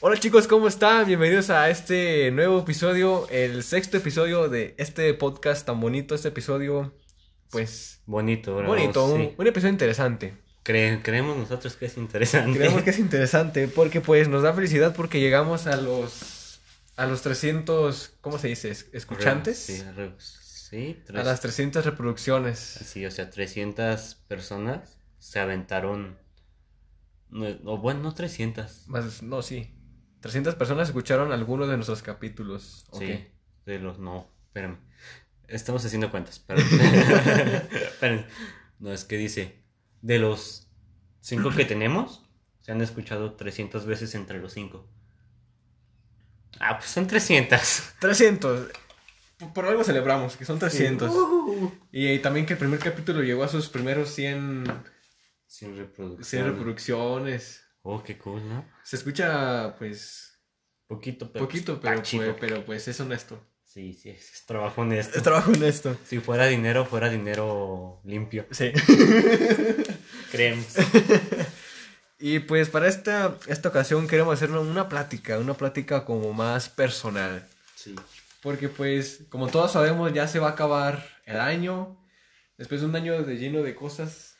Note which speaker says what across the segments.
Speaker 1: Hola chicos, ¿cómo están? Bienvenidos a este nuevo episodio, el sexto episodio de este podcast tan bonito, este episodio, pues,
Speaker 2: Bonito, bravo,
Speaker 1: bonito, un-
Speaker 2: sí.
Speaker 1: un episodio interesante.
Speaker 2: Cre- creemos nosotros que es interesante.
Speaker 1: Creemos que es interesante porque pues nos da felicidad porque llegamos a los a los 300, ¿cómo se dice? Es- Escuchantes.
Speaker 2: Sí, re- sí,
Speaker 1: A
Speaker 2: tres-
Speaker 1: las 300 reproducciones.
Speaker 2: sí, o sea, 300 personas se aventaron. No, o bueno, no 300.
Speaker 1: Más no, sí. 300 personas escucharon algunos de nuestros capítulos. Ok.
Speaker 2: Sí, de los no. Espérame. Estamos haciendo cuentas, perdón. Espérenme. No, es que dice, de los 5 que tenemos, se han escuchado 300 veces entre los 5. Ah, pues son 300.
Speaker 1: 300. Por- Por algo celebramos que son 300.
Speaker 2: Uh.
Speaker 1: Y, y también que el primer capítulo llegó a sus primeros 100,
Speaker 2: Sin reproducción.
Speaker 1: 100 reproducciones.
Speaker 2: Oh, qué cool, ¿no?
Speaker 1: Se escucha pues
Speaker 2: Poquito, pero.
Speaker 1: poquito,
Speaker 2: está
Speaker 1: pero,
Speaker 2: chido.
Speaker 1: pues, pero pues es honesto.
Speaker 2: Sí, sí, es, es trabajo honesto.
Speaker 1: trabajo honesto.
Speaker 2: si fuera dinero, fuera dinero limpio.
Speaker 1: Sí.
Speaker 2: Creemos.
Speaker 1: Y pues para esta, esta ocasión queremos hacer una- una plática, una plática como más personal.
Speaker 2: Sí.
Speaker 1: Porque pues, como todos sabemos, ya se va a acabar el año. Después de un año de lleno de cosas,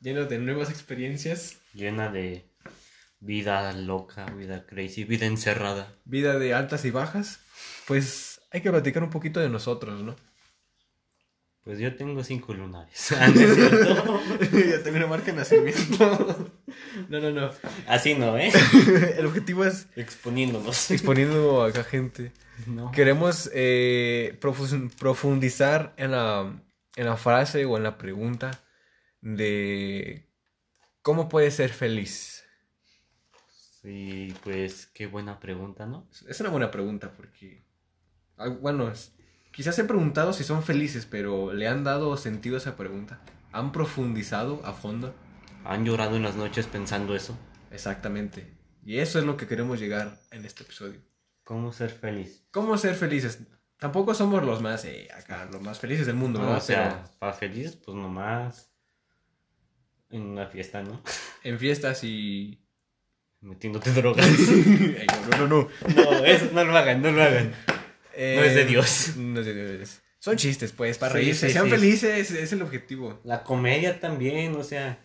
Speaker 1: lleno de nuevas experiencias.
Speaker 2: Llena de vida loca, vida crazy, vida encerrada.
Speaker 1: Vida de altas y bajas. Pues hay que platicar un poquito de nosotros, ¿no?
Speaker 2: Pues yo tengo cinco lunares. Ah, no es cierto.
Speaker 1: ya tengo una marca de nacimiento. no, no, no.
Speaker 2: Así no, ¿eh?
Speaker 1: El objetivo es
Speaker 2: Exponiéndonos.
Speaker 1: exponiendo a la gente.
Speaker 2: No.
Speaker 1: Queremos eh, profus- profundizar en la, en la frase o en la pregunta de cómo puedes ser feliz.
Speaker 2: Sí, pues qué buena pregunta, ¿no?
Speaker 1: Es una buena pregunta porque, ah, bueno, es- quizás he preguntado si son felices, pero le han dado sentido a esa pregunta. ¿Han profundizado a fondo?
Speaker 2: ¿Han llorado en las noches pensando eso?
Speaker 1: Exactamente. Y eso es lo que queremos llegar en este episodio.
Speaker 2: ¿Cómo ser feliz?
Speaker 1: ¿Cómo ser felices? Tampoco somos los más, eh, acá, los más felices del mundo,
Speaker 2: No,
Speaker 1: ¿verdad?
Speaker 2: o sea, para feliz, pues nomás en una fiesta, ¿no?
Speaker 1: Pero en fiestas y...
Speaker 2: Metiéndote drogas.
Speaker 1: Ay, no, no, no, no.
Speaker 2: No, eso no lo hagan, no lo hagan. No es de
Speaker 1: Eh,
Speaker 2: Dios.
Speaker 1: No es de Dios. Son chistes, pues, para
Speaker 2: Sí,
Speaker 1: reírse.
Speaker 2: sí,
Speaker 1: Sean
Speaker 2: sí.
Speaker 1: felices, es el objetivo.
Speaker 2: La comedia también, o sea.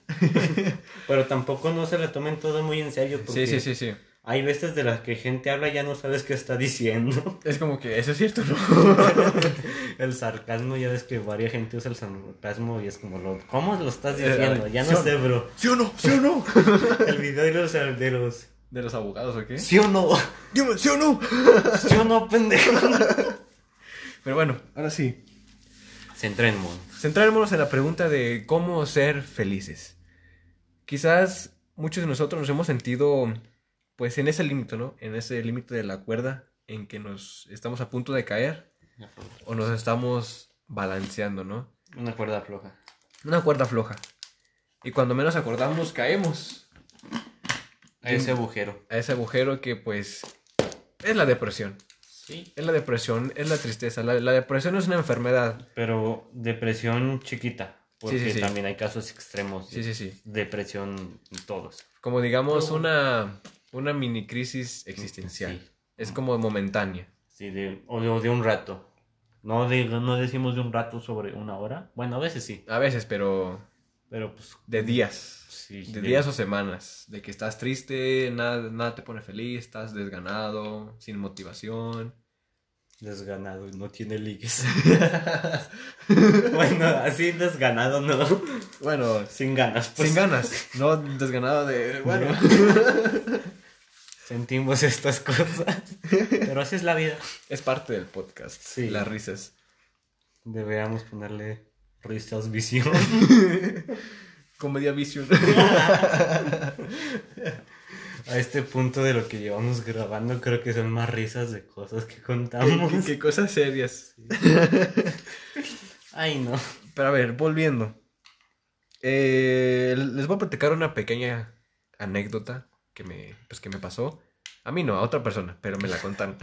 Speaker 2: Pero tampoco no se la tomen todo muy en serio. Porque
Speaker 1: Sí, sí, sí, sí.
Speaker 2: Hay veces de las que gente habla y ya no sabes qué está diciendo.
Speaker 1: Es como que, eso es cierto, ¿no?
Speaker 2: El sarcasmo, ya ves que varia gente usa el sarcasmo y es como, lo, ¿cómo lo estás
Speaker 1: Eh,
Speaker 2: diciendo? Ya
Speaker 1: sí
Speaker 2: no
Speaker 1: o
Speaker 2: sé, bro.
Speaker 1: ¿Sí o no? ¿Sí o no?
Speaker 2: El video de los. De los
Speaker 1: ¿De los abogados o qué?
Speaker 2: ¿Sí o no?
Speaker 1: Dime, ¿sí o no?
Speaker 2: ¿Sí o no, pendejo?
Speaker 1: Pero bueno, ahora sí.
Speaker 2: Centrémonos.
Speaker 1: Centrémonos en la pregunta de cómo ser felices. Quizás muchos de nosotros nos hemos sentido, pues, en ese límite, ¿no? En ese límite de la cuerda en que nos estamos a punto de caer o nos estamos balanceando, ¿no?
Speaker 2: Una cuerda floja.
Speaker 1: Una cuerda floja. Y cuando menos acordamos, caemos
Speaker 2: A ese agujero.
Speaker 1: a ese agujero que, pues, es la depresión.
Speaker 2: Sí.
Speaker 1: Es la depresión, es la tristeza. La, la depresión es una enfermedad.
Speaker 2: Pero depresión chiquita. Porque
Speaker 1: Sí, sí, sí.
Speaker 2: también hay casos extremos.
Speaker 1: Sí, sí, sí.
Speaker 2: Depresión en todos.
Speaker 1: Como digamos, una, una mini crisis existencial.
Speaker 2: Sí,
Speaker 1: Es como momentánea.
Speaker 2: sí, de, o, de, o de un rato. No, de- no decimos de un rato sobre una hora. Bueno, a veces sí.
Speaker 1: A veces, pero
Speaker 2: Pero pues.
Speaker 1: de días.
Speaker 2: Sí,
Speaker 1: De días o semanas. De que estás triste, nada, nada te pone feliz, estás desganado, sin motivación.
Speaker 2: Desganado, no tiene ligues. bueno, así desganado no.
Speaker 1: bueno,
Speaker 2: Sin ganas, pues.
Speaker 1: sin ganas. No desganado de... Bueno.
Speaker 2: Sentimos estas cosas. Pero así es la vida.
Speaker 1: Es parte del podcast.
Speaker 2: Sí.
Speaker 1: Las risas.
Speaker 2: Deberíamos ponerle risas visión.
Speaker 1: Comedia Vision.
Speaker 2: A este punto de lo que llevamos grabando, creo que son más risas de cosas que contamos.
Speaker 1: qué, qué cosas serias.
Speaker 2: Ay, no.
Speaker 1: Pero a ver, volviendo. Eh, les voy a platicar una pequeña anécdota que me, pues, que me pasó. A mí no, a otra persona, pero me la contaron.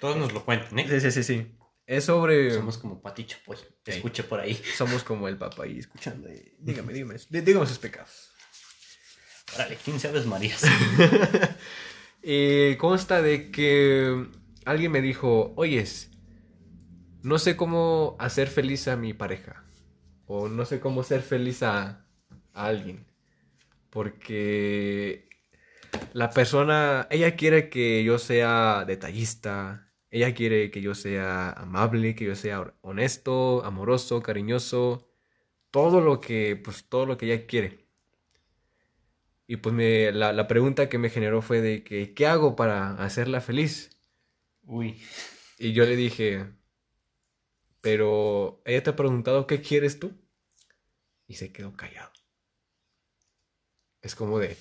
Speaker 2: Todos nos lo cuentan, ¿eh?
Speaker 1: sí, sí, sí, sí. Es sobre...
Speaker 2: Somos como Pati Chapoy. Te escuché por ahí.
Speaker 1: somos como el papá ahí escuchando. eh, Dígame, dígame, dí- dígame sus pecados.
Speaker 2: Órale, ¿quién sabes Marías?
Speaker 1: eh, consta de que alguien me dijo, oyes, no sé cómo hacer feliz a mi pareja. O no sé cómo ser feliz a, a alguien. Porque la persona, ella quiere que yo sea detallista. Ella quiere que yo sea amable, que yo sea honesto, amoroso, cariñoso. Todo lo que, pues, todo lo que ella quiere. Y pues me, la, la pregunta que me generó fue de que, ¿qué hago para hacerla feliz?
Speaker 2: Uy.
Speaker 1: Y yo le dije, pero ella te ha preguntado, ¿qué quieres tú? Y se quedó callado. Es como de,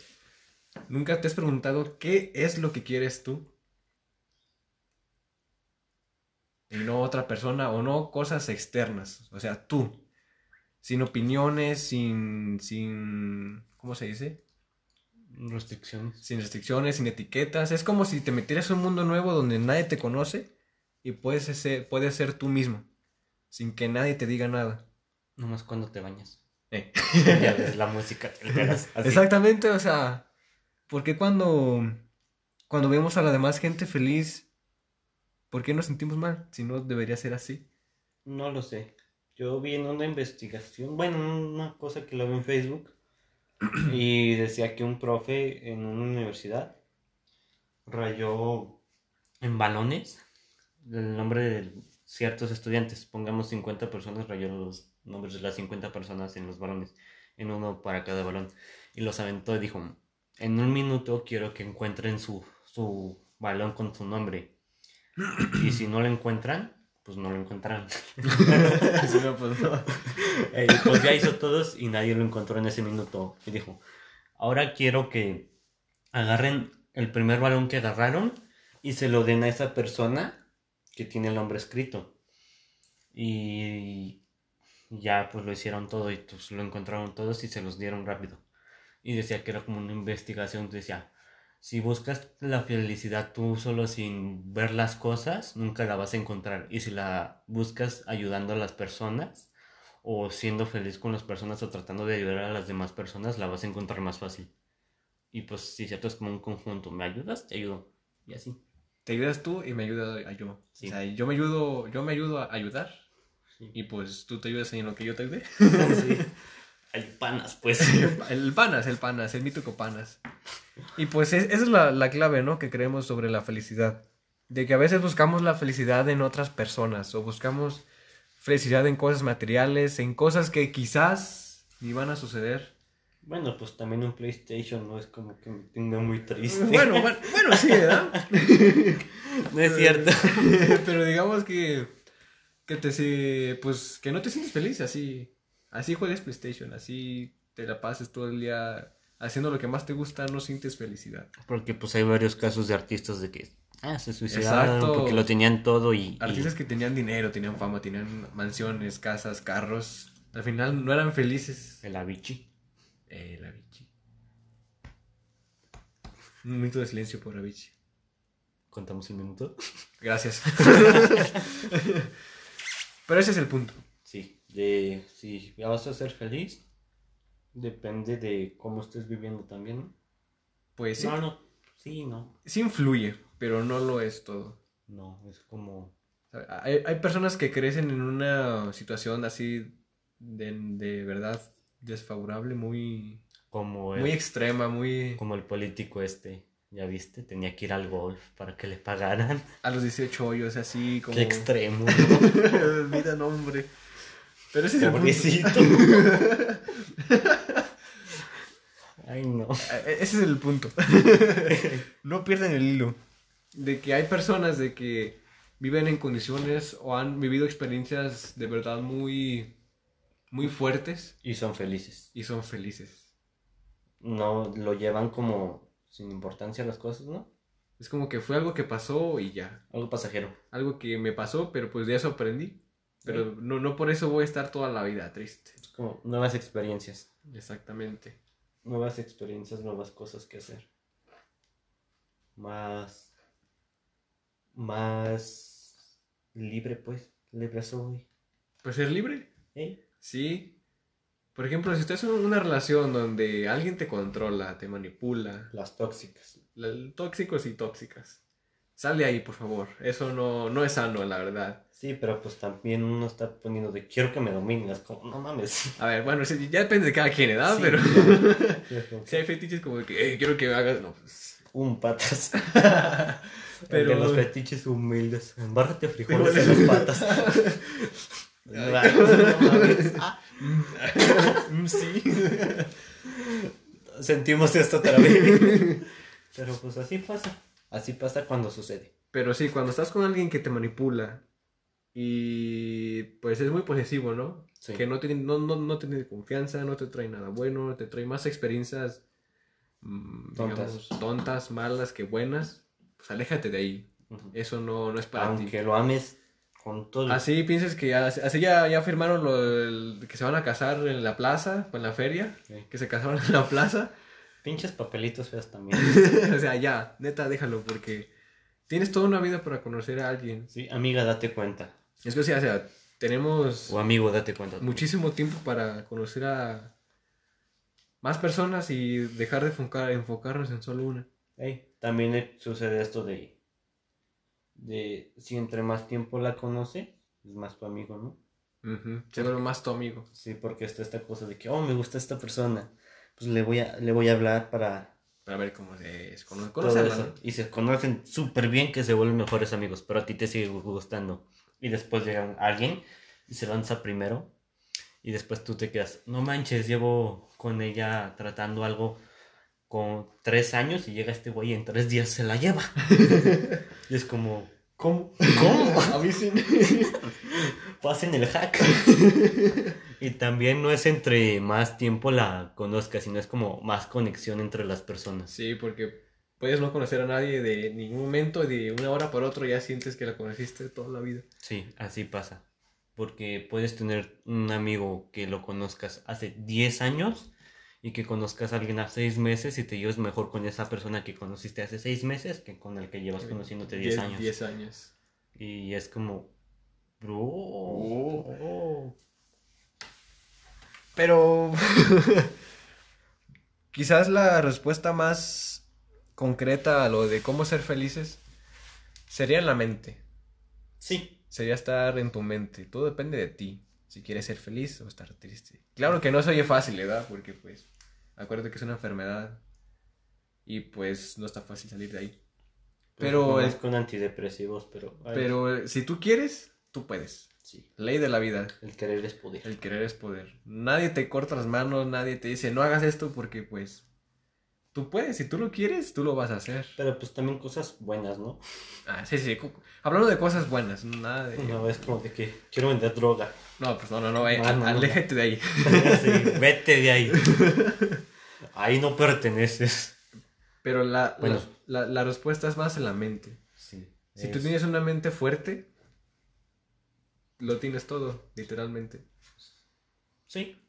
Speaker 1: ¿nunca te has preguntado qué es lo que quieres tú? Y no otra persona o no cosas externas, o sea, tú. Sin opiniones, sin, sin, ¿cómo se dice?
Speaker 2: Restricciones.
Speaker 1: sin restricciones, sin etiquetas. Es como si te metieras en un mundo nuevo donde nadie te conoce y puedes ser, puedes ser tú mismo, sin que nadie te diga nada.
Speaker 2: Nomás cuando te bañas.
Speaker 1: Eh.
Speaker 2: ya ves la música. te enteras, así.
Speaker 1: Exactamente, o sea, porque cuando, cuando vemos a la demás gente feliz, ¿por qué nos sentimos mal? Si no debería ser así.
Speaker 2: No lo sé. Yo vi en una investigación, bueno, una cosa que la vi en Facebook, y decía que un profe en una universidad rayó en balones el nombre de ciertos estudiantes. Pongamos 50 personas, rayó los nombres de las 50 personas en los balones, en uno para cada balón. Y los aventó y dijo, en un minuto quiero que encuentren su, su balón con su nombre. Y si no lo encuentran, pues no lo encuentran.
Speaker 1: Si no, pues no.
Speaker 2: Eh, pues ya hizo todos y nadie lo encontró en ese minuto. Y dijo, ahora quiero que agarren el primer balón que agarraron y se lo den a esa persona que tiene el nombre escrito. Y ya pues lo hicieron todo y pues lo encontraron todos y se los dieron rápido. Y decía que era como una investigación, decía, si buscas la felicidad tú solo sin ver las cosas, nunca la vas a encontrar. Y si la buscas ayudando a las personas, o siendo feliz con las personas o tratando de ayudar a las demás personas, la vas a encontrar más fácil. Y pues, si cierto, es como un conjunto. ¿Me ayudas? Te ayudo. Y así.
Speaker 1: Te ayudas tú y me ayudas a yo.
Speaker 2: Sí.
Speaker 1: O sea, yo me ayudo, yo me ayudo a ayudar
Speaker 2: Sí.
Speaker 1: y pues tú te ayudas en lo que yo te ayude.
Speaker 2: Sí. Hay panas, pues.
Speaker 1: El panas, el panas, el mítico panas. Y pues es- esa es la, la clave, ¿no? Que creemos sobre la felicidad. De que a veces buscamos la felicidad en otras personas o buscamos felicidad en cosas materiales, en cosas que quizás ni van a suceder.
Speaker 2: Bueno, pues también un PlayStation no es como que me tenga muy triste.
Speaker 1: Bueno, bueno, bueno, sí, ¿verdad?
Speaker 2: no es cierto.
Speaker 1: Pero digamos que, que te se- pues que no te sientes feliz así. Así juegues PlayStation, así te la pases todo el día haciendo lo que más te gusta, no sientes felicidad.
Speaker 2: Porque pues hay varios casos de artistas de que ah, se suicidaron
Speaker 1: Exacto.
Speaker 2: porque lo tenían todo y, y-
Speaker 1: Artistas que tenían dinero, tenían fama, tenían mansiones, casas, carros. Al final no eran felices.
Speaker 2: el Avicii.
Speaker 1: Eh, la Vichy. Un minuto de silencio por la Vichy.
Speaker 2: Contamos el minuto.
Speaker 1: Gracias. Pero ese es el punto.
Speaker 2: Sí, de si ya vas a ser feliz, depende de cómo estés viviendo también, ¿no?
Speaker 1: Pues sí,
Speaker 2: No, no, sí, no.
Speaker 1: sí influye, pero no lo es todo.
Speaker 2: No, es como...
Speaker 1: O sea, Hay, hay personas que crecen en una situación así de, de verdad desfavorable, muy,
Speaker 2: Como el,
Speaker 1: muy extrema, muy...
Speaker 2: Pues como el político este, ya viste, tenía que ir al golf para que le pagaran.
Speaker 1: A los 18 hoyos, así como...
Speaker 2: Qué extremo, ¿no?
Speaker 1: Vida nombre. Pero ese es el punto.
Speaker 2: Pobrecito. Ay, no.
Speaker 1: E- Ese es el punto. no pierden el hilo. De que hay personas de que viven en condiciones o han vivido experiencias de verdad muy, muy fuertes
Speaker 2: Y son felices.
Speaker 1: y son felices.
Speaker 2: No, lo llevan como sin importancia las cosas, ¿no?
Speaker 1: Es como que fue algo que pasó y ya.
Speaker 2: Algo pasajero.
Speaker 1: Algo que me pasó, pero pues de eso aprendí. Pero no, no por eso voy a estar toda la vida triste.
Speaker 2: Es como nuevas experiencias.
Speaker 1: Exactamente.
Speaker 2: Nuevas experiencias, nuevas cosas que hacer. Más... Más... Libre, pues. Libre soy.
Speaker 1: Pues ser libre.
Speaker 2: ¿Eh?
Speaker 1: Sí. Por ejemplo, si estás en una relación donde alguien te controla, te manipula,
Speaker 2: Las tóxicas.
Speaker 1: la- tóxicos y tóxicas. Sal de ahí, por favor. Eso no, no es sano, la verdad.
Speaker 2: Sí, pero pues también uno está poniendo de quiero que me domines, como no mames.
Speaker 1: A ver, bueno, sí, ya depende de cada quien, ¿verdad?
Speaker 2: Sí,
Speaker 1: Pero
Speaker 2: claro. Quiero que-
Speaker 1: si hay fetiches como de que "Eh, quiero que hagas... No, pues,
Speaker 2: Un patas.
Speaker 1: Pero-
Speaker 2: Pero los fetiches humildes. Embárrate frijoles en los patas. No mames. Ah,
Speaker 1: mm, sí.
Speaker 2: Sentimos esto otra vez. Pero pues así pasa. Así pasa cuando sucede.
Speaker 1: Pero sí, cuando estás con alguien que te manipula y pues es muy posesivo, ¿no?
Speaker 2: Sí.
Speaker 1: Que no tiene, no, no, no tiene confianza, no te trae nada bueno, te trae más experiencias mm,
Speaker 2: Tontas.
Speaker 1: digamos, tontas, malas que buenas, pues aléjate de ahí.
Speaker 2: Ujú.
Speaker 1: Eso no, no es para ti. Ah,
Speaker 2: Aunque lo ames con todo.
Speaker 1: Así piensas que ya, así ya, ya firmaron lo del- que se van a casar en la plaza o en la feria,
Speaker 2: Sí.
Speaker 1: que se casaron en la plaza.
Speaker 2: Pinches papelitos feos también.
Speaker 1: o sea, ya, neta, déjalo porque tienes toda una vida para conocer a alguien.
Speaker 2: Sí, amiga, date cuenta.
Speaker 1: Es que, o sea, o sea, tenemos
Speaker 2: O amigo, date cuenta.
Speaker 1: muchísimo tiempo para conocer a más personas y dejar de enfocar- enfocarnos en solo una.
Speaker 2: Ey, también eh, sucede esto de, de si entre más tiempo la conoces, es más tu amigo, ¿no?
Speaker 1: Se vuelve más tu amigo.
Speaker 2: Sí, porque está esta cosa de que, oh, me gusta esta persona, pues le voy a, le voy a hablar para
Speaker 1: Para ver cómo se es. cono-
Speaker 2: todo
Speaker 1: conocerla,
Speaker 2: eso.
Speaker 1: ¿no?
Speaker 2: Y se conocen súper bien que se vuelven mejores amigos, pero a ti te sigue gustando. Y después llega alguien y se lanza primero. Y después tú te quedas, no manches, llevo con ella tratando algo con tres años y llega este güey y en tres días se la lleva. y es como, ¿cómo? ¿Cómo?
Speaker 1: Avisen.
Speaker 2: Pasen el hack. y también no es entre más tiempo la conozcas, sino es como más conexión entre las personas.
Speaker 1: sí, porque puedes no conocer a nadie de ningún momento y de una hora para otro ya sientes que la conociste toda la vida.
Speaker 2: Sí, así pasa. Porque puedes tener un amigo que lo conozcas hace 10 años y que conozcas a alguien hace 6 meses y te llevas mejor con esa persona que conociste hace 6 meses que con el que llevas conociéndote 10
Speaker 1: Eh, Diez-
Speaker 2: años.
Speaker 1: diez años.
Speaker 2: Y es como, bro.
Speaker 1: Oh. Pero quizás la respuesta más concreta a lo de cómo ser felices sería en la mente.
Speaker 2: Sí,
Speaker 1: Sería estar en tu mente. Todo depende de ti. Si quieres ser feliz o estar triste. Claro que no se oye fácil, ¿verdad? Porque pues acuérdate que es una enfermedad y pues no está fácil salir de ahí. Pero
Speaker 2: es
Speaker 1: es-
Speaker 2: con antidepresivos, pero... ay,
Speaker 1: Pero eh, si tú quieres, tú puedes.
Speaker 2: Sí,
Speaker 1: Ley de la vida.
Speaker 2: el querer es poder.
Speaker 1: El querer es poder. Nadie te corta las manos, nadie te dice no hagas esto porque pues tú puedes, si tú lo quieres, tú lo vas a hacer.
Speaker 2: Pero pues también cosas buenas, ¿no?
Speaker 1: Ah, sí, sí. cu- Hablando de cosas buenas, nada de...
Speaker 2: Una vez como de que quiero vender droga.
Speaker 1: No, pues no, no, no, eh,
Speaker 2: No, no, no.
Speaker 1: aléjate de ahí.
Speaker 2: Sí, vete de ahí. Ahí no perteneces.
Speaker 1: Pero la,
Speaker 2: Bueno.
Speaker 1: la, la- la respuesta es más en la mente.
Speaker 2: Sí.
Speaker 1: Si tú tienes una mente fuerte, lo tienes todo, literalmente.
Speaker 2: Sí.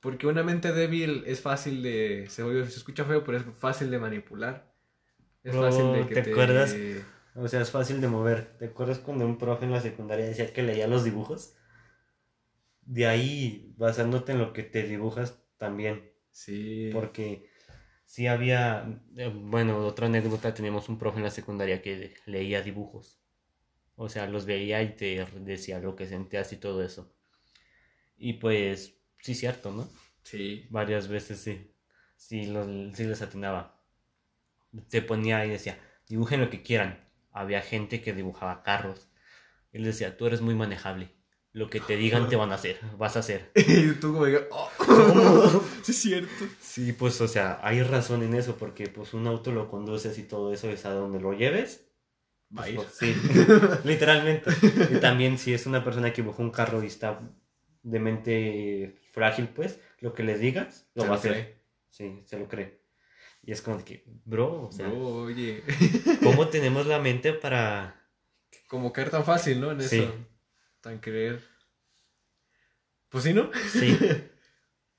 Speaker 1: Porque una mente débil es fácil de... Se, oye- se escucha feo, pero es fácil de manipular. Es
Speaker 2: Bro,
Speaker 1: fácil de que
Speaker 2: ¿te acuerdas? O sea, es fácil de mover. ¿Te acuerdas cuando un profe en la secundaria decía que leía los dibujos? De ahí, basándote en lo que te dibujas también.
Speaker 1: Sí.
Speaker 2: Porque sí había. eh, Bueno, otra anécdota: teníamos un profe en la secundaria que leía dibujos. O sea, los veía y te decía lo que sentías y todo eso. Y pues, sí, cierto, ¿no?
Speaker 1: Sí.
Speaker 2: Varias veces sí. Sí, los, sí les atinaba. Te ponía ahí y decía, dibujen lo que quieran. Había gente que dibujaba carros. Él decía, tú eres muy manejable. Lo que te digan te van a hacer, vas a hacer.
Speaker 1: Y tú como que, oh, sí es cierto.
Speaker 2: Sí, pues, o sea, hay razón en eso, porque pues un auto lo conduces y todo eso es a donde lo lleves.
Speaker 1: Va a ir.
Speaker 2: pues, sí, literalmente. Y también si es una persona que dibujó un carro y está de mente frágil, pues, lo que le digas, lo
Speaker 1: Se
Speaker 2: va a
Speaker 1: lo
Speaker 2: hacer.
Speaker 1: cree.
Speaker 2: Sí, se lo cree. Y es como de que, bro, o sea,
Speaker 1: Bro, oye,
Speaker 2: ¿cómo tenemos la mente para...
Speaker 1: como caer tan fácil, ¿no? En
Speaker 2: Sí.
Speaker 1: eso. Tan creer. Pues sí, ¿no?
Speaker 2: Sí,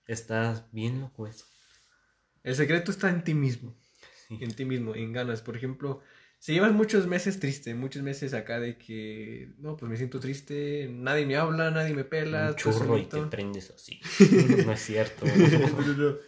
Speaker 2: estás bien loco eso.
Speaker 1: El secreto está en ti mismo.
Speaker 2: Sí.
Speaker 1: En ti mismo, en ganas. Por ejemplo, si llevas muchos meses triste, muchos meses acá de que, no, pues me siento triste, nadie me habla, nadie me pela.
Speaker 2: Un
Speaker 1: estoy
Speaker 2: churro y te
Speaker 1: solito.
Speaker 2: prendes así. No es cierto.
Speaker 1: No, no, no.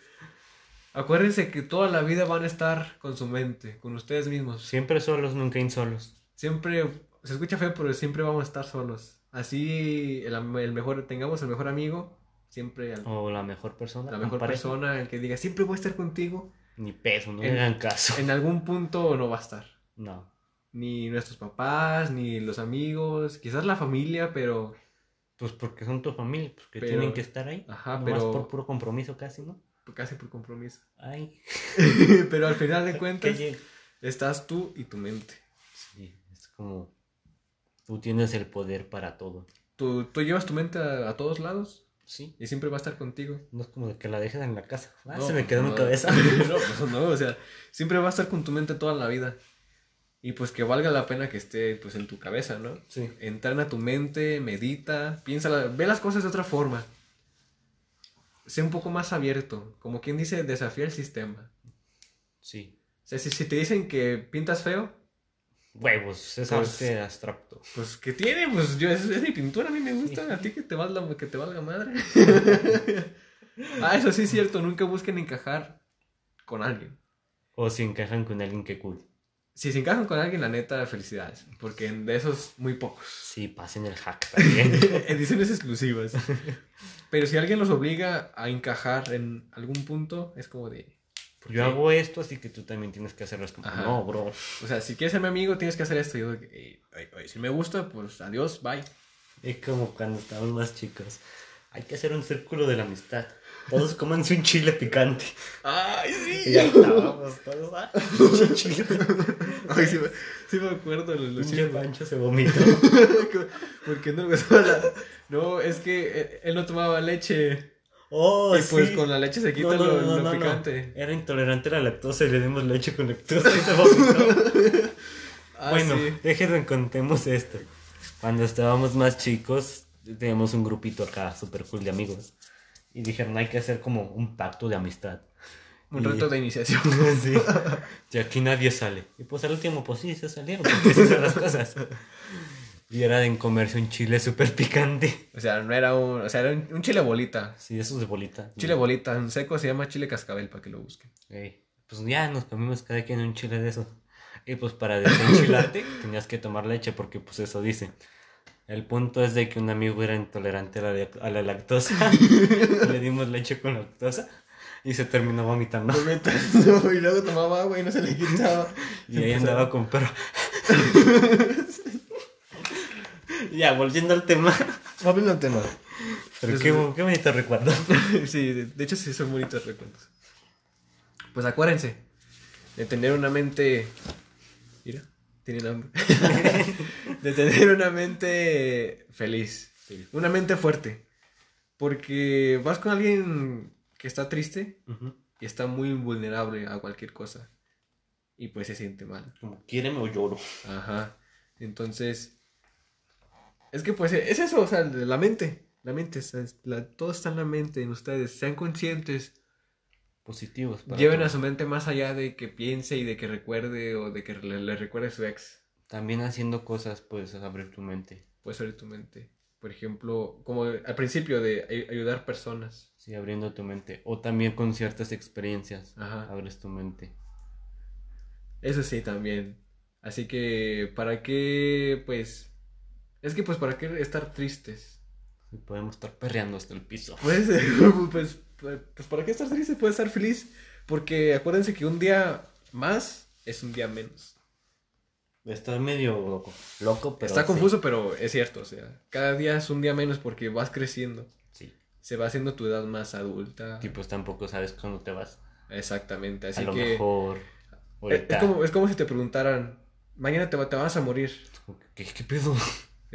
Speaker 1: Acuérdense que toda la vida van a estar con su mente, con ustedes mismos.
Speaker 2: Siempre solos, nunca insolos.
Speaker 1: Siempre, se escucha feo, pero siempre vamos a estar solos. Así, el, am- el mejor, tengamos el mejor amigo, siempre al-
Speaker 2: O la mejor persona.
Speaker 1: la mejor
Speaker 2: pareja.
Speaker 1: persona, el que diga, siempre voy a estar contigo.
Speaker 2: Ni peso, no
Speaker 1: En-
Speaker 2: le hagan caso.
Speaker 1: En algún punto no va a estar.
Speaker 2: No.
Speaker 1: Ni nuestros papás, ni los amigos, quizás la familia, pero...
Speaker 2: Pues porque son tu familia, porque
Speaker 1: Pero-
Speaker 2: tienen que estar ahí.
Speaker 1: Ajá,
Speaker 2: Nomás
Speaker 1: pero
Speaker 2: por puro compromiso casi, ¿no?
Speaker 1: casi por compromiso.
Speaker 2: Ay.
Speaker 1: pero al final de
Speaker 2: que
Speaker 1: cuentas,
Speaker 2: lleg-
Speaker 1: estás tú y tu mente.
Speaker 2: Sí, es como tú tienes el poder para todo.
Speaker 1: Tú, tú llevas tu mente a, a todos lados
Speaker 2: Sí,
Speaker 1: y siempre va a estar contigo.
Speaker 2: no es como de que la dejes en la casa. Ah,
Speaker 1: No,
Speaker 2: se me
Speaker 1: pues,
Speaker 2: quedó en
Speaker 1: no.
Speaker 2: mi cabeza.
Speaker 1: No, pues no, o sea, siempre va a estar con tu mente toda la vida. Y pues que valga la pena que esté pues en tu cabeza, ¿no?
Speaker 2: Sí.
Speaker 1: Entrena tu mente, medita, piensa, ve las cosas de otra forma. Sé un poco más abierto, como quien dice, desafía el sistema.
Speaker 2: Sí.
Speaker 1: O sea, si, si te dicen que pintas feo,
Speaker 2: Huevos, es
Speaker 1: Pues-
Speaker 2: arte abstracto.
Speaker 1: pues que tiene, pues yo, es, es mi pintura, a mí me gusta, a ti que te valga, que te valga madre. ah, eso sí es cierto, nunca busquen encajar con alguien.
Speaker 2: O si encajan con alguien que cool.
Speaker 1: si se encajan con alguien, la neta, felicidades. Porque de esos, muy pocos.
Speaker 2: Sí, pasen el hack también.
Speaker 1: Ediciones exclusivas. Pero si alguien los obliga a encajar en algún punto, es como de. ¿por qué?
Speaker 2: Pues Yo hago esto, así que tú también tienes que hacerlo. Es como,
Speaker 1: Ajá.
Speaker 2: no, bro.
Speaker 1: O sea, si quieres ser mi amigo, tienes que hacer esto. Yo, de que, eh, oye, oye, si me gusta, pues adiós, bye.
Speaker 2: Es como cuando estamos más chicos. Hay que hacer un círculo de la amistad. Todos cómanse un chile picante.
Speaker 1: ¡Ay,
Speaker 2: Y ahí estábamos todos. Ah, pinche chile.
Speaker 1: Ay, sí, me- sí me acuerdo. Los, los
Speaker 2: Pinche
Speaker 1: chiles.
Speaker 2: Pancho se vomitó.
Speaker 1: ¿Por qué no le gustaba la- No, es que eh, él no tomaba leche.
Speaker 2: Oh,
Speaker 1: y pues
Speaker 2: sí.
Speaker 1: con la leche se quita
Speaker 2: No, no,
Speaker 1: lo, lo
Speaker 2: no, no, no.
Speaker 1: picante.
Speaker 2: Era intolerante a la lactosa y le dimos leche con lactosa y se vomitó.
Speaker 1: Ah,
Speaker 2: bueno,
Speaker 1: sí.
Speaker 2: déjenme contemos esto. Cuando estábamos más chicos, teníamos un grupito acá super cool de amigos. Y dijeron, hay que hacer como un pacto de amistad.
Speaker 1: Un
Speaker 2: Y-
Speaker 1: reto de iniciación.
Speaker 2: Sí. De aquí nadie sale. Y pues al último, pues sí, se salieron. Porque se hacen las cosas. Y era de en comerse un chile súper picante.
Speaker 1: O sea, no era un. O sea, era un, un chile bolita.
Speaker 2: Sí, eso es de bolita.
Speaker 1: Chile bolita, en seco se llama chile cascabel para que lo busquen.
Speaker 2: Ey, Pues ya nos comimos cada quien un chile de esos. Y pues para desenchilarte tenías que tomar leche porque pues eso dice. El punto es de que un amigo era intolerante a la, lac- a la lactosa. Le dimos leche con lactosa y se terminó vomitando.
Speaker 1: y luego tomaba agua y no se le quitaba.
Speaker 2: Y ahí andaba con perro. ya, volviendo al tema.
Speaker 1: Volviendo al tema.
Speaker 2: Pero
Speaker 1: Eso
Speaker 2: qué,
Speaker 1: sí.
Speaker 2: bo- qué bonito recuerdo.
Speaker 1: sí, de, de hecho sí son bonitos recuentos. Pues acuérdense de tener una mente. Mira, tienen hambre. de tener una mente feliz.
Speaker 2: Sí.
Speaker 1: Una mente fuerte. Porque vas con alguien que está triste
Speaker 2: Ujú.
Speaker 1: y está muy vulnerable a cualquier cosa. Y pues se siente mal.
Speaker 2: Como quiéreme o lloro.
Speaker 1: Ajá. Entonces, es que pues es eso, o sea, la mente, la mente, o sea, es la- todo está en la mente, en ustedes, sean conscientes,
Speaker 2: Positivos. para
Speaker 1: lleven
Speaker 2: todo.
Speaker 1: a su mente más allá de que piense y de que recuerde o de que le, le recuerde a su ex,
Speaker 2: También haciendo cosas puedes abrir tu mente.
Speaker 1: puedes abrir tu mente. Por ejemplo, como al principio de ay- ayudar personas.
Speaker 2: Sí, abriendo tu mente. O también con ciertas experiencias.
Speaker 1: Ajá.
Speaker 2: Abres tu mente.
Speaker 1: Eso sí, también. Así que, ¿para qué, pues? Es que, pues, ¿para qué estar tristes?
Speaker 2: Y podemos estar perreando hasta el piso.
Speaker 1: Pues, eh, pues, pues, pues, ¿para qué estar triste? Puedes estar feliz. Porque acuérdense que un día más es un día menos.
Speaker 2: Está medio loco. Loco, pero.
Speaker 1: Está
Speaker 2: sí.
Speaker 1: confuso, pero es cierto. O sea, cada día es un día menos porque vas creciendo.
Speaker 2: Sí.
Speaker 1: Se va haciendo tu edad más adulta.
Speaker 2: Y pues tampoco sabes cuándo te vas.
Speaker 1: Exactamente. Así
Speaker 2: a lo
Speaker 1: que. eh,
Speaker 2: mejor.
Speaker 1: es,
Speaker 2: Ahorita.
Speaker 1: es como, es como si te preguntaran: Mañana te, va- te vas a morir.
Speaker 2: ¿Qué, qué pedo?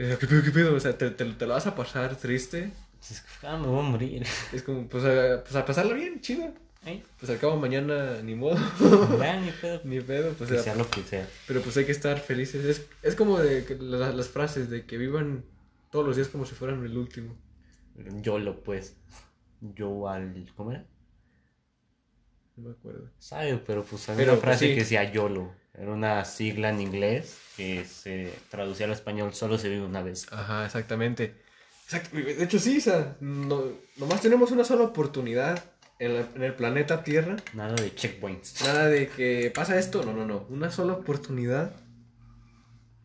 Speaker 1: Eh, ¿Qué pedo, qué pedo? O sea, ¿te, te, te lo vas a pasar triste.
Speaker 2: Es que, ah, me voy a morir.
Speaker 1: Es como, pues a, pues a pasarla bien, chido.
Speaker 2: Ay,
Speaker 1: Pues al cabo, mañana ni modo.
Speaker 2: ya, ni pedo.
Speaker 1: ni pedo. Pues
Speaker 2: Que
Speaker 1: a-
Speaker 2: sea lo que sea.
Speaker 1: Pero pues hay que estar felices. Es, es como de que la- las frases de que vivan todos los días como si fueran el último.
Speaker 2: Yo lo pues. Yo al. ¿Cómo era?
Speaker 1: No me acuerdo.
Speaker 2: Sabe, pero pues había
Speaker 1: Pero,
Speaker 2: una frase
Speaker 1: pues, sí.
Speaker 2: que decía YOLO. Era una sigla en inglés que se traducía al español solo se vive una vez.
Speaker 1: Ajá, exactamente. Exact- de hecho, sí, o sea, no, nomás tenemos una sola oportunidad en, la- en el planeta Tierra.
Speaker 2: Nada de checkpoints.
Speaker 1: Nada de que pasa esto, no, no, no. Una sola oportunidad.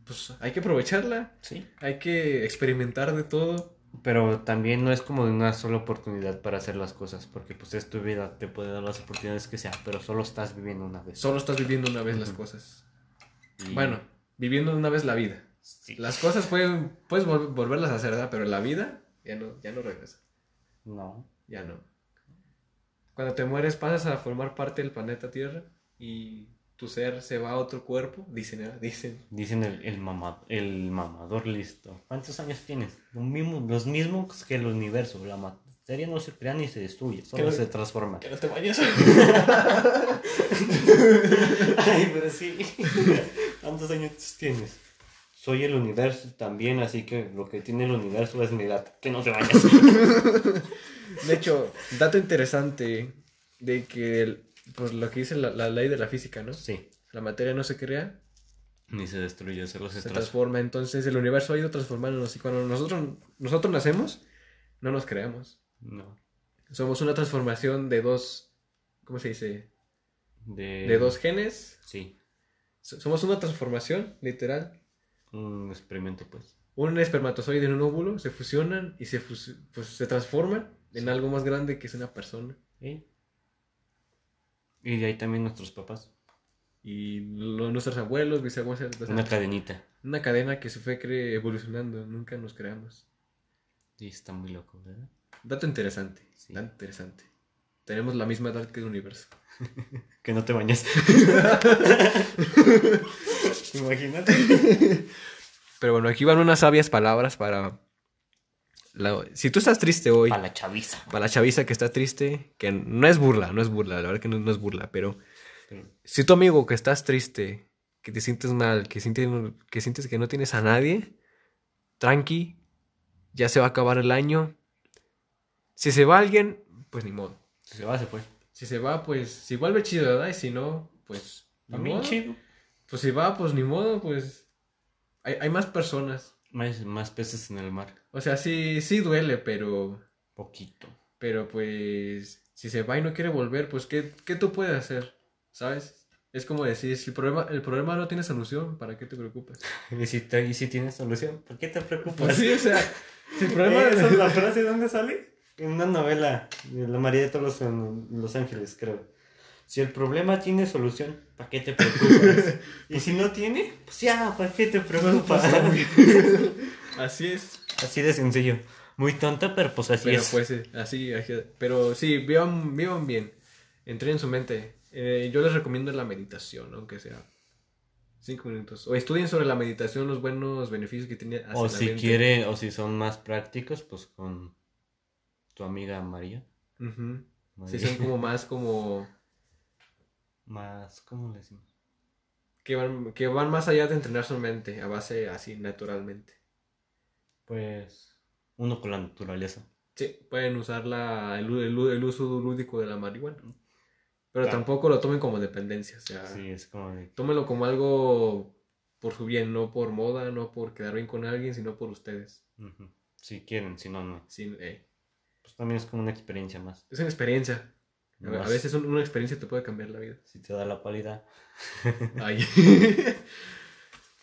Speaker 1: Pues hay que aprovecharla,
Speaker 2: Sí.
Speaker 1: hay que experimentar de todo.
Speaker 2: Pero también no es como de una sola oportunidad para hacer las cosas, porque pues es tu vida, te puede dar las oportunidades que sea, pero solo estás viviendo una vez.
Speaker 1: Solo estás viviendo una vez las
Speaker 2: Ujú.
Speaker 1: cosas.
Speaker 2: Y-
Speaker 1: Bueno, viviendo una vez la vida.
Speaker 2: sí.
Speaker 1: Las cosas pueden, puedes vol- volverlas a hacer, ¿verdad? Pero la vida ya no, ya no regresa.
Speaker 2: No.
Speaker 1: Ya no. Cuando te mueres pasas a formar parte del planeta Tierra y tu ser se va a otro cuerpo, dicen, ¿verdad? Dicen.
Speaker 2: Dicen el, el, mama- el mamador listo. ¿Cuántos años tienes? Lo mismo- los mismos que el universo. La materia no se crea ni se destruye, solo
Speaker 1: Creo-
Speaker 2: se transforma.
Speaker 1: no te vayas.
Speaker 2: Ay, pero sí. ¿Cuántos años tienes? Soy el universo también, así que lo que tiene el universo es mi edad. Que no te vayas.
Speaker 1: De hecho, dato interesante de que, el- pues lo que dice la, la ley de la física, ¿no?
Speaker 2: sí.
Speaker 1: La materia no se crea,
Speaker 2: Ni se destruye, solo
Speaker 1: se,
Speaker 2: se, transforma.
Speaker 1: transforma. Entonces el universo ha ido transformándonos y cuando nosotros, nosotros nacemos, no nos creamos.
Speaker 2: No.
Speaker 1: Somos una transformación de dos, ¿cómo se dice?
Speaker 2: De,
Speaker 1: De dos genes.
Speaker 2: Sí.
Speaker 1: So- Somos una transformación, literal.
Speaker 2: Un experimento, pues.
Speaker 1: Un espermatozoide en un óvulo se fusionan y se, fus- pues, se transforman en
Speaker 2: Sí.
Speaker 1: algo más grande que es una persona.
Speaker 2: ¿Sí? Y de ahí también nuestros papás.
Speaker 1: Y lo- nuestros abuelos, bisabuelos, bisabuelos-
Speaker 2: Una cadenita.
Speaker 1: Una cadena que se fue cre- evolucionando, nunca nos creamos.
Speaker 2: Sí, está muy loco, ¿verdad?
Speaker 1: Dato interesante,
Speaker 2: Sí.
Speaker 1: dato interesante. Tenemos la misma edad que el universo.
Speaker 2: Que no te bañas. Imagínate.
Speaker 1: Pero bueno, aquí van unas sabias palabras para... la- Si tú estás triste hoy,
Speaker 2: Para la chaviza.
Speaker 1: para la chaviza que está triste, que no es burla, no es burla, la verdad que no, no es burla, pero
Speaker 2: Pero-
Speaker 1: si tu amigo que estás triste, que te sientes mal, que sientes, que sientes que no tienes a nadie, tranqui, ya se va a acabar el año. Si se va alguien, pues ni modo.
Speaker 2: Si se va, se fue.
Speaker 1: Si se va, pues si vuelve chido, ¿verdad? Y si no, pues ni
Speaker 2: También
Speaker 1: modo.
Speaker 2: chido.
Speaker 1: Pues si va, pues ni modo, pues hay, hay más personas.
Speaker 2: Más, más peces en el mar.
Speaker 1: O sea, sí, sí duele, pero
Speaker 2: Poquito.
Speaker 1: Pero pues, si se va y no quiere volver, pues, ¿qué, qué tú puedes hacer? ¿Sabes? Es como decir, si el problema, el problema no tiene solución, ¿para qué te preocupas?
Speaker 2: ¿Y si, te- y si tienes solución, ¿por qué te preocupas?
Speaker 1: Pues sí, o sea, si el problema
Speaker 2: Eh, ¿Esa es la frase dónde sale? En una novela de la María de todos los, Los Ángeles, creo. Si el problema tiene solución, ¿para qué te preocupas? y si no tiene, pues ya, ¿para qué te preocupas?
Speaker 1: Así es.
Speaker 2: así de sencillo. Muy tonta, pero pues así
Speaker 1: Pero
Speaker 2: es.
Speaker 1: pues, eh, así, así- pero sí, vivan, vivan bien. Entren en su mente. Eh, yo les recomiendo la meditación, aunque sea cinco minutos. O estudien sobre la meditación los buenos beneficios que tiene hacia
Speaker 2: o
Speaker 1: la
Speaker 2: si
Speaker 1: mente.
Speaker 2: quiere, o si son más prácticos, pues con tu amiga María.
Speaker 1: Ujú. Si
Speaker 2: María.
Speaker 1: son como más como...
Speaker 2: Más, ¿cómo le decimos?
Speaker 1: que van, que van más allá de entrenar su mente a base así naturalmente.
Speaker 2: Pues uno con la naturaleza.
Speaker 1: Sí, pueden usar la, el, u- el u- el uso lúdico de la marihuana. Pero
Speaker 2: Claro.
Speaker 1: tampoco lo tomen como dependencia, o sea,
Speaker 2: Sí, es como de...
Speaker 1: tómenlo como algo por su bien, no por moda, no por quedar bien con alguien, sino por ustedes.
Speaker 2: ujú, Si quieren, si no, no.
Speaker 1: Sí, eh,
Speaker 2: Pues también es como una experiencia más.
Speaker 1: Es una experiencia. A, ve- a
Speaker 2: Más
Speaker 1: veces un- una experiencia te puede cambiar la vida.
Speaker 2: Si te da la pálida.
Speaker 1: Ay.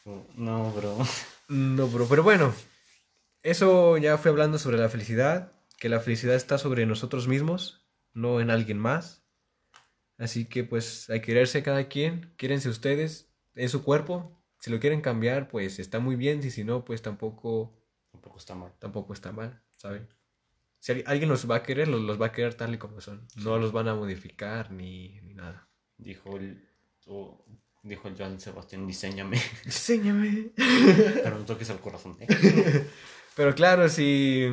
Speaker 2: como, No, bro.
Speaker 1: No, bro, pero bueno, eso ya fue hablando sobre la felicidad, que la felicidad está sobre nosotros mismos, no en alguien más. Así que pues hay que quererse cada quien, quiérense ustedes, en su cuerpo, si lo quieren cambiar, pues está muy bien, si si no, pues tampoco,
Speaker 2: Tampoco está mal.
Speaker 1: tampoco está mal, ¿saben? Si al- alguien los va a querer, los, los va a querer tal y como son, no los van a modificar ni, ni nada.
Speaker 2: Dijo el. o- dijo el Joan Sebastián, diseñame.
Speaker 1: Diseñame.
Speaker 2: Pero no toques al corazón. ¿eh?
Speaker 1: Pero claro, si.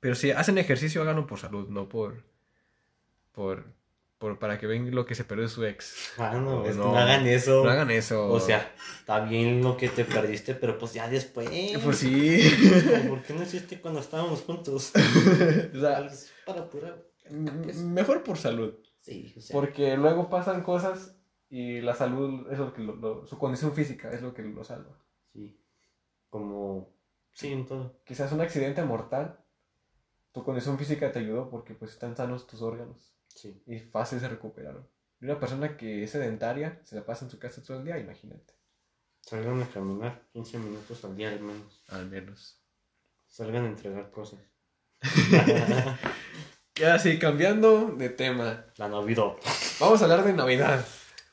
Speaker 1: Pero si hacen ejercicio, háganlo por salud, no por. Por. por para que vean lo que se perdió su ex.
Speaker 2: Ah, no,
Speaker 1: No,
Speaker 2: es-
Speaker 1: no.
Speaker 2: no hagan eso.
Speaker 1: No hagan eso.
Speaker 2: O sea, está bien lo que te perdiste, pero pues ya después. Pues,
Speaker 1: Pues sí.
Speaker 2: ¿Por qué no hiciste cuando estábamos juntos?
Speaker 1: O sea,
Speaker 2: Es para pura.
Speaker 1: m- mejor por salud.
Speaker 2: Sí, o sea.
Speaker 1: Porque luego pasan cosas y la salud es lo que. lo- lo- su condición física es lo que lo salva.
Speaker 2: Sí. Como. Sí, en todo.
Speaker 1: Quizás un accidente mortal tu condición física te ayudó porque pues están sanos tus órganos
Speaker 2: Sí.
Speaker 1: y fácil se recuperaron. Y una persona que es sedentaria se la pasa en su casa todo el día, imagínate.
Speaker 2: Salgan a caminar 15 minutos al día al menos.
Speaker 1: Al menos.
Speaker 2: Salgan a entregar cosas.
Speaker 1: Y así, cambiando de tema,
Speaker 2: La Navidad.
Speaker 1: vamos a hablar de Navidad.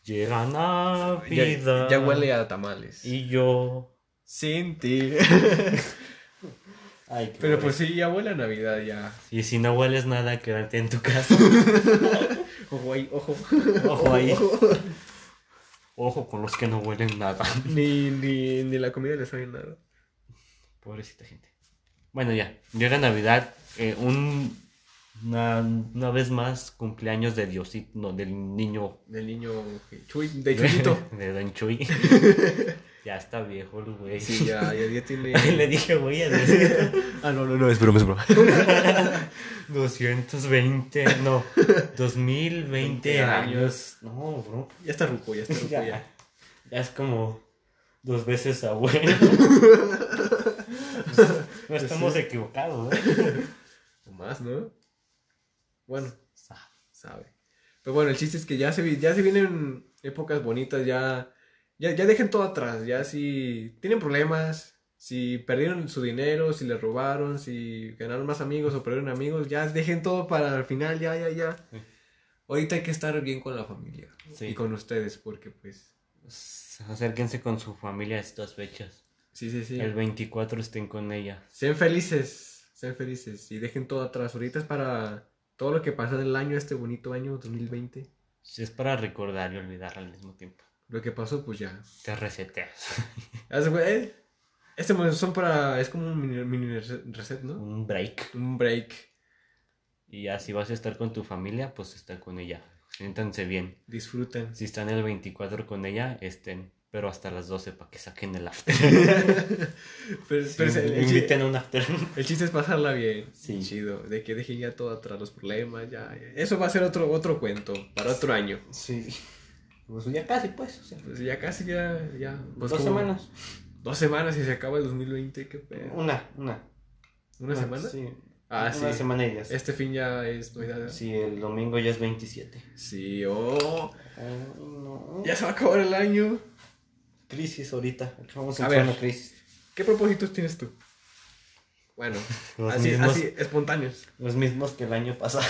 Speaker 2: Llega
Speaker 1: Ya,
Speaker 2: Navidad.
Speaker 1: ya huele a tamales.
Speaker 2: Y yo.
Speaker 1: Sin ti.
Speaker 2: Ay, qué
Speaker 1: Pero
Speaker 2: huele.
Speaker 1: pues sí, ya huele a Navidad ya.
Speaker 2: Y si no hueles nada, quédate en tu casa.
Speaker 1: Ojo ahí, ojo.
Speaker 2: Ojo ahí. Ojo con los que no huelen nada.
Speaker 1: Ni, ni, ni la comida le sabe nada.
Speaker 2: Pobrecita gente. Bueno, ya. Llega Navidad. eh, un, una, una vez más, cumpleaños de Diosito, no, del niño.
Speaker 1: Del niño que- Chuy, de Chuyito.
Speaker 2: De Don Chuy. ya está viejo el güey.
Speaker 1: Sí, ya, ya, ya tiene.
Speaker 2: Le dije, güey, a Diosito.
Speaker 1: Ah, no, no, no, es broma, es broma.
Speaker 2: 220, no. 2020
Speaker 1: 20
Speaker 2: años. No, bro.
Speaker 1: Ya está ruco, ya está ruco,
Speaker 2: Ya.
Speaker 1: ya.
Speaker 2: Ya es como dos veces abuelo. no estamos equivocados, ¿eh?
Speaker 1: O más, ¿no? Bueno,
Speaker 2: Sa-
Speaker 1: sabe. Pero bueno, el chiste es que ya se, vi- ya se vienen épocas bonitas, ya, ya, ya dejen todo atrás, ya si tienen problemas, si perdieron su dinero, si les robaron, si ganaron más amigos o perdieron amigos, ya dejen todo para el final, ya, ya, ya.
Speaker 2: Sí.
Speaker 1: Ahorita hay que estar bien con la familia
Speaker 2: Sí.
Speaker 1: y con ustedes, porque pues,
Speaker 2: Acérquense con su familia a estas fechas.
Speaker 1: sí, sí, sí.
Speaker 2: El 24 estén con ella.
Speaker 1: Sean felices, sean felices y dejen todo atrás. Ahorita es para todo lo que pasó en el año, este bonito año 2020.
Speaker 2: Si es para recordar y olvidar al mismo tiempo.
Speaker 1: Lo que pasó, pues ya.
Speaker 2: Te reseteas.
Speaker 1: Ya se fue, eh. Este momento son para. Es como un mini, mini reset- reset, ¿no?
Speaker 2: Un break.
Speaker 1: Un break.
Speaker 2: Y ya si vas a estar con tu familia, pues está con ella. Siéntanse bien.
Speaker 1: Disfruten.
Speaker 2: Si están el 24 con ella, estén. Pero hasta las 12 para que saquen el after.
Speaker 1: Pero, pero es- el,
Speaker 2: inviten
Speaker 1: chiste,
Speaker 2: a un after.
Speaker 1: el chiste es pasarla bien.
Speaker 2: Sí.
Speaker 1: Chido. De que dejen ya todo atrás los problemas. Ya. Eso va a ser otro, otro cuento. Para otro año.
Speaker 2: Sí. Pues ya casi, pues. o sea,
Speaker 1: Pues ya casi ya. ya pues
Speaker 2: dos
Speaker 1: como-
Speaker 2: semanas.
Speaker 1: Dos semanas y se acaba el 2020. ¿Qué pedo? ¿Una,
Speaker 2: Una, una.
Speaker 1: semana?
Speaker 2: Sí.
Speaker 1: Ah,
Speaker 2: Una
Speaker 1: sí.
Speaker 2: semana y ya.
Speaker 1: Este fin ya es Navidad.
Speaker 2: Sí, el domingo ya es 27.
Speaker 1: Sí, oh.
Speaker 2: Ay, no.
Speaker 1: Ya se va a acabar el año.
Speaker 2: Crisis ahorita. Acabamos
Speaker 1: A
Speaker 2: entrar
Speaker 1: ver.
Speaker 2: en crisis.
Speaker 1: ¿Qué propósitos tienes tú? Bueno,
Speaker 2: Los
Speaker 1: así,
Speaker 2: mismos.
Speaker 1: así, espontáneos.
Speaker 2: Los mismos que el año pasado.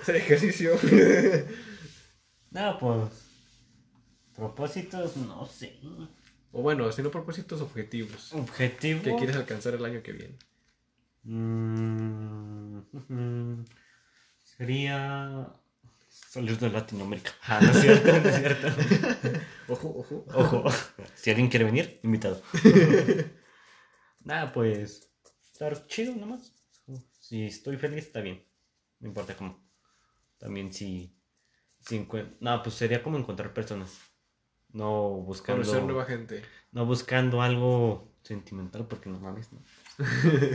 Speaker 1: Hacer ejercicio.
Speaker 2: no, pues. Propósitos, no sé.
Speaker 1: o bueno, si no propósitos objetivos
Speaker 2: Objetivo.
Speaker 1: que quieres alcanzar el año que viene.
Speaker 2: Mm, sería. Salir de Latinoamérica. Ah, no es cierto, no es cierto.
Speaker 1: Ojo, ojo.
Speaker 2: Ojo, si alguien quiere venir, invitado. Nada, pues estar chido nomás. Si estoy feliz, está bien. No importa cómo. También si. si encuent- no, pues sería como encontrar personas. No buscando.
Speaker 1: Conocer nueva gente.
Speaker 2: No buscando algo sentimental, porque no mames, ¿no?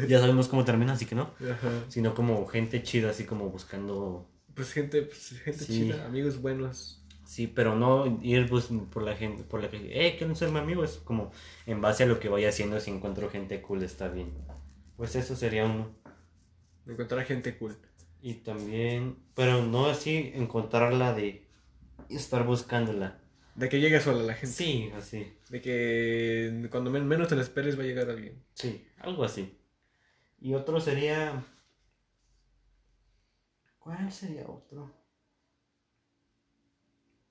Speaker 2: ya sabemos cómo termina, así que no.
Speaker 1: Ajá.
Speaker 2: Sino como gente chida, así como buscando.
Speaker 1: Pues gente, pues, gente
Speaker 2: Sí.
Speaker 1: chida, amigos buenos.
Speaker 2: Sí, pero no ir pues, por la gente, por la que, eh, quieren ser mi amigo, es como en base a lo que vaya haciendo, si encuentro gente cool, está bien. Pues eso sería uno.
Speaker 1: Encontrar gente cool.
Speaker 2: Y también, pero no así encontrarla de estar buscándola.
Speaker 1: De que llegue sola la gente.
Speaker 2: Sí, así,
Speaker 1: De que cuando men- menos te la esperes va a llegar alguien.
Speaker 2: sí, algo así. Y otro sería... ¿Cuál sería otro?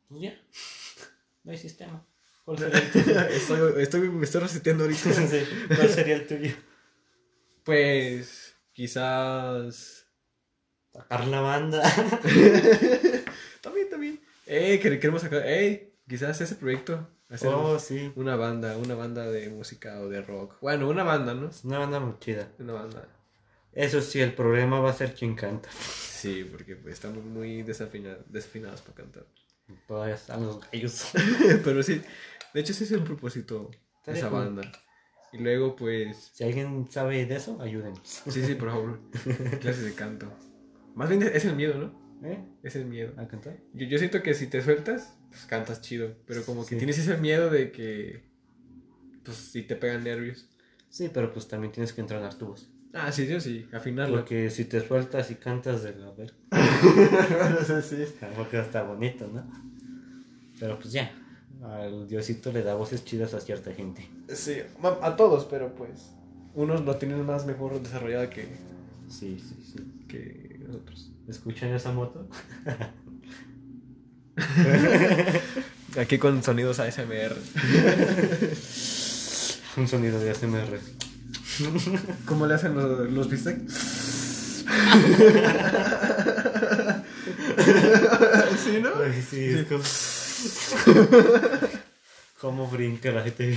Speaker 2: Pues ya, no hay sistema. ¿Cuál sería el tuyo?
Speaker 1: estoy, estoy, me estoy reseteando ahorita.
Speaker 2: Sí, ¿Cuál sería el tuyo?
Speaker 1: Pues quizás
Speaker 2: Sacar la banda.
Speaker 1: también, también. Eh, que queremos sacar. Eh, quizás ese proyecto. Hacer
Speaker 2: Oh, sí.
Speaker 1: una banda, una banda de música o de rock. Bueno, una banda, ¿no?
Speaker 2: Es una banda muy chida.
Speaker 1: Una banda.
Speaker 2: Eso sí, el problema va a ser quien canta.
Speaker 1: Sí, porque pues, estamos muy desafina- desafinados para cantar.
Speaker 2: Todavía están los gallos.
Speaker 1: Pero sí, de hecho, ese es el propósito de
Speaker 2: Estaría
Speaker 1: esa
Speaker 2: cool.
Speaker 1: banda. Y luego, pues.
Speaker 2: Si alguien sabe de eso, ayúdenos.
Speaker 1: Sí, sí, por favor. Clases de canto. Más bien es el miedo, ¿no?
Speaker 2: ¿Eh?
Speaker 1: Es el miedo.
Speaker 2: ¿A cantar?
Speaker 1: Yo, yo siento que si te sueltas, pues cantas chido. Pero como que
Speaker 2: Sí.
Speaker 1: tienes ese miedo de que. Pues si te pegan nervios.
Speaker 2: Sí, pero pues también tienes que entrenar tu voz.
Speaker 1: Ah, sí, yo sí, afinarlo.
Speaker 2: Porque si te sueltas y cantas de la verga. no sé si está, porque está bonito, ¿no? Pero pues ya. Al Diosito le da voces chidas a cierta gente.
Speaker 1: Sí, a a todos, pero pues. Unos lo tienen más mejor desarrollado que,
Speaker 2: Sí, sí, sí.
Speaker 1: que nosotros.
Speaker 2: ¿Escuchan esa moto?
Speaker 1: Aquí con sonidos ASMR.
Speaker 2: Un sonido de ASMR.
Speaker 1: ¿Cómo le hacen los, los bistecs? ¿Sí, no?
Speaker 2: Ay, sí, es como... ¿Cómo brinca la gente?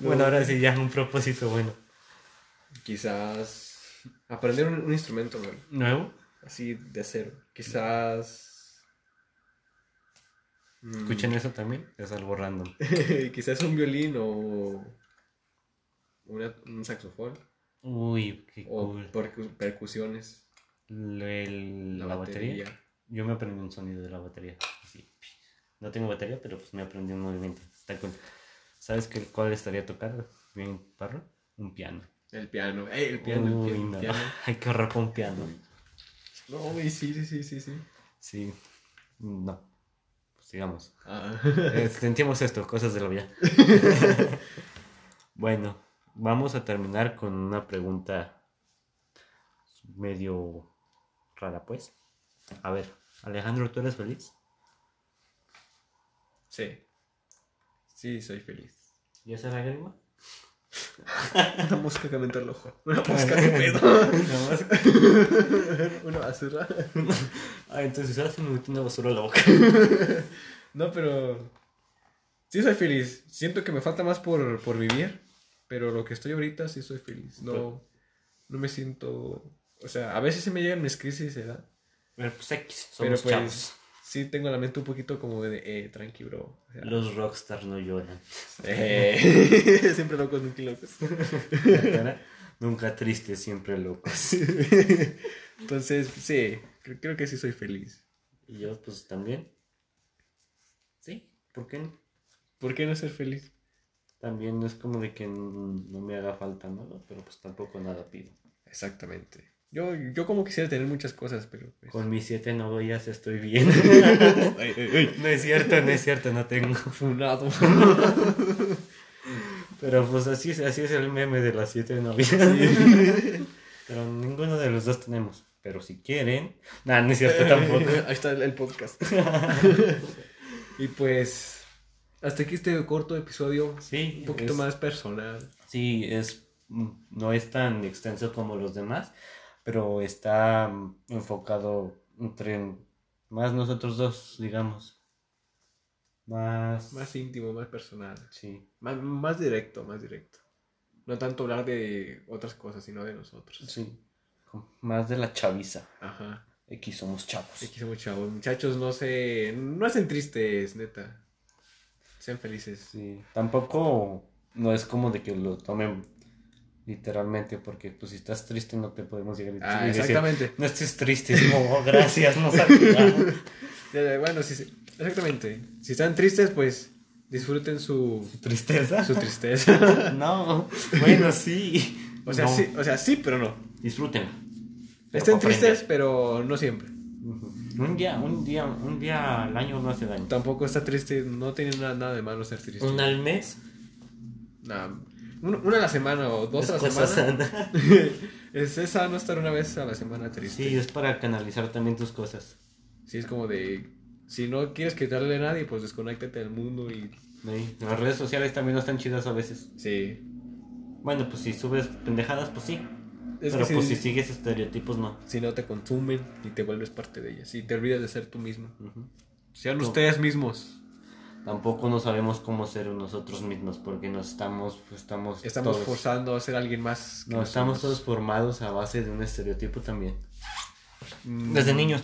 Speaker 2: bueno, ahora sí, ya es un propósito bueno.
Speaker 1: Quizás aprender un, un instrumento nuevo,
Speaker 2: ¿Nuevo?
Speaker 1: así de cero. Quizás. mm,
Speaker 2: ¿Escuchan eso también? Es algo random.
Speaker 1: Quizás un violín o una- un saxofón
Speaker 2: Uy, qué
Speaker 1: o
Speaker 2: cool.
Speaker 1: percu- percusiones,
Speaker 2: El- la, batería. Yo me aprendí un sonido de la batería. Sí. No tengo batería, pero pues me aprendí un movimiento. Está cool. ¿Sabes qué, cuál estaría tocando? Bien, parro. Un piano.
Speaker 1: el piano, ey, el piano, el
Speaker 2: Uy,
Speaker 1: piano, el
Speaker 2: no.
Speaker 1: piano.
Speaker 2: Hay que ahorrar con un piano.
Speaker 1: No, güey, sí, sí, sí, sí, sí.
Speaker 2: Sí. No. Pues sigamos.
Speaker 1: Ah.
Speaker 2: Eh, Sentimos esto, cosas de la vida. bueno, vamos a terminar con una pregunta medio rara, pues. A ver, Alejandro, ¿tú eres feliz?
Speaker 1: Sí. Sí, soy feliz.
Speaker 2: ¿Y esa lágrima?
Speaker 1: Una mosca que me entró el ojo. Una mosca que pedo.
Speaker 2: Una mosca.
Speaker 1: Una basura.
Speaker 2: Ah, entonces ahora sí me metí una basura a la boca.
Speaker 1: No, pero. Sí, soy feliz. Siento que me falta más por, por vivir. Pero lo que estoy ahorita, sí soy feliz. No, no me siento. O sea, a veces se me llegan mis crisis de edad.
Speaker 2: Pero pues X,
Speaker 1: Pero
Speaker 2: somos
Speaker 1: pues,
Speaker 2: chavos.
Speaker 1: sí tengo la mente un poquito como de, eh, tranqui, bro. O sea,
Speaker 2: Los rockstars no lloran.
Speaker 1: eh, siempre locos, nunca locos.
Speaker 2: La cara, Nunca tristes, siempre locos.
Speaker 1: Entonces, sí, cre- creo que sí soy feliz.
Speaker 2: Y yo, pues también. Sí, ¿por qué no?
Speaker 1: ¿Por qué no ser feliz?
Speaker 2: También no es como de que n- no me haga falta nada, pero pues tampoco nada pido.
Speaker 1: Exactamente. Yo, yo como quisiera tener muchas cosas, pero... pues-
Speaker 2: Con mis siete novias estoy bien.
Speaker 1: Ey, ey, ey.
Speaker 2: no es cierto, no es cierto, no tengo.
Speaker 1: Funado.
Speaker 2: Pero pues así es, así es el meme de las siete novias. Pero ninguno de los dos tenemos. Pero si quieren. Nah, no es cierto tampoco.
Speaker 1: Ahí está el, el podcast. y pues... Hasta aquí este corto episodio.
Speaker 2: Sí,
Speaker 1: Un poquito
Speaker 2: es-
Speaker 1: más personal.
Speaker 2: Sí, es, mm, no es tan extenso como los demás, pero está mm, enfocado entre más nosotros dos, digamos. Más...
Speaker 1: Más íntimo, más personal.
Speaker 2: Sí,
Speaker 1: Más, más directo, más directo. No tanto hablar de otras cosas, sino de nosotros.
Speaker 2: sí. con- Más de la chaviza.
Speaker 1: Ajá.
Speaker 2: X somos
Speaker 1: Te
Speaker 2: chavos.
Speaker 1: quiso mucho, chavos. muchachos, no se, no hacen tristes, neta. Sean felices.
Speaker 2: Sí, tampoco no es como de que lo tomen literalmente, porque pues si estás triste no te podemos llegar y
Speaker 1: Ah,
Speaker 2: y decir,
Speaker 1: exactamente.
Speaker 2: no estés triste, es como, "Oh, gracias, no sabía".
Speaker 1: Eh, Bueno, sí, sí, exactamente. Si están tristes, pues disfruten su,
Speaker 2: Tristeza.
Speaker 1: su tristeza.
Speaker 2: No, bueno, sí.
Speaker 1: O sea,
Speaker 2: No.
Speaker 1: sí, o sea, sí, pero no.
Speaker 2: Disfrútenla.
Speaker 1: Estén
Speaker 2: Pero
Speaker 1: tristes,
Speaker 2: comprendan.
Speaker 1: pero no siempre.
Speaker 2: Ujú. Un día, un día, un día al año no hace daño.
Speaker 1: Tampoco está triste, no tiene nada, nada de malo ser triste.
Speaker 2: Un al mes
Speaker 1: Nah, un- una a la semana o dos
Speaker 2: es
Speaker 1: a la
Speaker 2: cosa
Speaker 1: semana.
Speaker 2: sana.
Speaker 1: es, es sano estar una vez a la semana triste.
Speaker 2: Sí, es para canalizar también tus cosas.
Speaker 1: Sí, es como de. Si no quieres quitarle a nadie, pues desconéctate del mundo y.
Speaker 2: Sí, Las redes sociales también no están chidas a veces.
Speaker 1: Sí.
Speaker 2: Bueno, pues si subes pendejadas, pues sí.
Speaker 1: Es
Speaker 2: Pero
Speaker 1: que
Speaker 2: pues
Speaker 1: sí-
Speaker 2: si sigues estereotipos, no.
Speaker 1: si no te consumen y te vuelves parte de ellas y te olvidas de ser tú mismo.
Speaker 2: Ujú.
Speaker 1: Sean
Speaker 2: No.
Speaker 1: ustedes mismos.
Speaker 2: Tampoco no sabemos cómo ser nosotros mismos porque nos estamos, pues, estamos,
Speaker 1: Estamos
Speaker 2: todos-
Speaker 1: forzando a ser alguien más. que
Speaker 2: no, estamos
Speaker 1: somos.
Speaker 2: todos formados a base de un estereotipo también.
Speaker 1: Mm,
Speaker 2: Desde niños.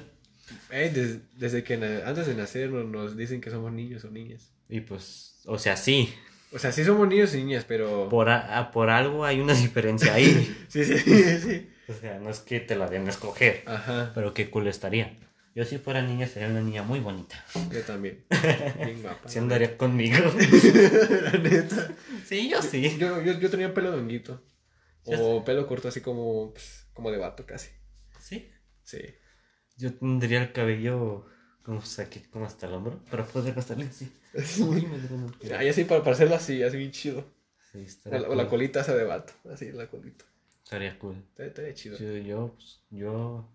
Speaker 1: eh, des- desde que na- antes de nacer no- nos dicen que somos niños o niñas.
Speaker 2: Y pues, o sea, sí,
Speaker 1: O sea, sí somos niños y niñas, pero.
Speaker 2: por, a- a- por algo hay una diferencia ahí.
Speaker 1: Sí, sí, sí, sí.
Speaker 2: o sea, no es que te la den a escoger,
Speaker 1: Ajá,
Speaker 2: pero qué cool estaría. Yo si fuera niña sería una niña muy bonita.
Speaker 1: yo también. Bien guapa.
Speaker 2: Se andaría conmigo.
Speaker 1: La neta.
Speaker 2: sí, yo sí.
Speaker 1: Yo, yo, yo tenía pelo de honguito.
Speaker 2: Ya
Speaker 1: O pelo corto así como, pues, como de vato casi.
Speaker 2: Sí.
Speaker 1: Sí.
Speaker 2: Yo tendría el cabello como, hasta aquí, como hasta el hombro para poder gastarle así. Uy, me duele un pie.
Speaker 1: Ay, así para, para hacerlo así, así bien chido.
Speaker 2: Sí,
Speaker 1: O
Speaker 2: estaría
Speaker 1: la, o la
Speaker 2: cool.
Speaker 1: colita esa de vato, así la colita.
Speaker 2: Estaría cool.
Speaker 1: Estaría- Estaría chido.
Speaker 2: Yo, yo, pues, yo,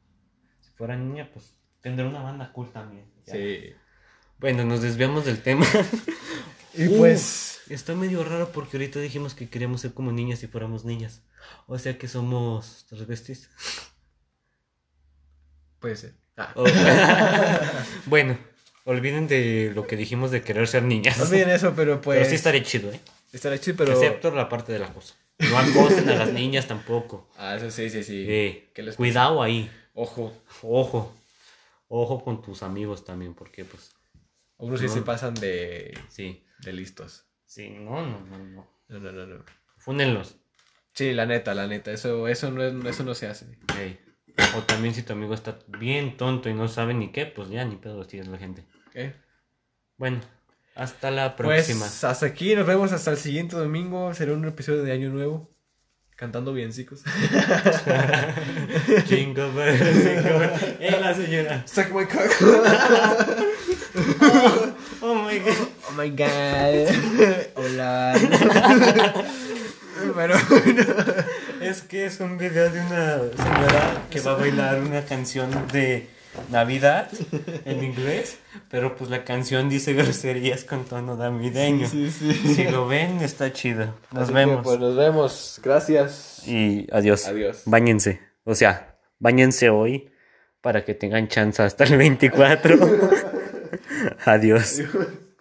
Speaker 2: si fuera niña, pues tendría una banda cool también. Ya.
Speaker 1: Sí.
Speaker 2: Bueno, nos desviamos del tema.
Speaker 1: Y
Speaker 2: Uh.
Speaker 1: pues,
Speaker 2: Está medio raro porque ahorita dijimos que queríamos ser como niñas si fuéramos niñas. O sea que somos transvestis.
Speaker 1: puede ser. Ah.
Speaker 2: O- bueno, olviden de lo que dijimos de querer ser niñas.
Speaker 1: No olviden eso, pero pues.
Speaker 2: Pero sí estaría chido, ¿eh?
Speaker 1: estaría chido, pero.
Speaker 2: Excepto la parte del acoso. No acosen a las niñas tampoco.
Speaker 1: Ah, eso sí, sí, sí.
Speaker 2: Eh,
Speaker 1: ¿Qué les pasa?
Speaker 2: cuidado ahí.
Speaker 1: Ojo.
Speaker 2: Ojo. Ojo con tus amigos también, porque pues
Speaker 1: Algunos sí
Speaker 2: No.
Speaker 1: se pasan de,
Speaker 2: sí.
Speaker 1: de listos.
Speaker 2: Sí, no, no, no, no.
Speaker 1: No, no, no, no.
Speaker 2: Fúnenlos.
Speaker 1: Sí, la neta, la neta. Eso, eso, no, es- eso no se hace.
Speaker 2: Ey. O también si tu amigo está bien tonto y no sabe ni qué, pues ya ni pedo tienes la gente.
Speaker 1: ¿ok?
Speaker 2: Bueno, hasta la próxima.
Speaker 1: ¿Eh? Pues hasta aquí, nos vemos hasta el siguiente domingo. Será un episodio de Año Nuevo. Cantando bien, chicos.
Speaker 2: Jingle bells, jingle bells. Ey, pues, Eh, la señora.
Speaker 1: Suck my cock.
Speaker 2: Oh my god.
Speaker 1: Oh my god. Hola. bueno,
Speaker 2: Es que es un video de una señora que va a bailar una canción de Navidad en inglés, pero pues la canción dice groserías con tono navideño. Si lo ven, está chido. Nos
Speaker 1: Así que,
Speaker 2: vemos.
Speaker 1: pues, nos vemos. Gracias.
Speaker 2: Y adiós.
Speaker 1: Adiós.
Speaker 2: Báñense. O sea, báñense hoy para que tengan chance hasta el 24. adiós.
Speaker 1: Adiós.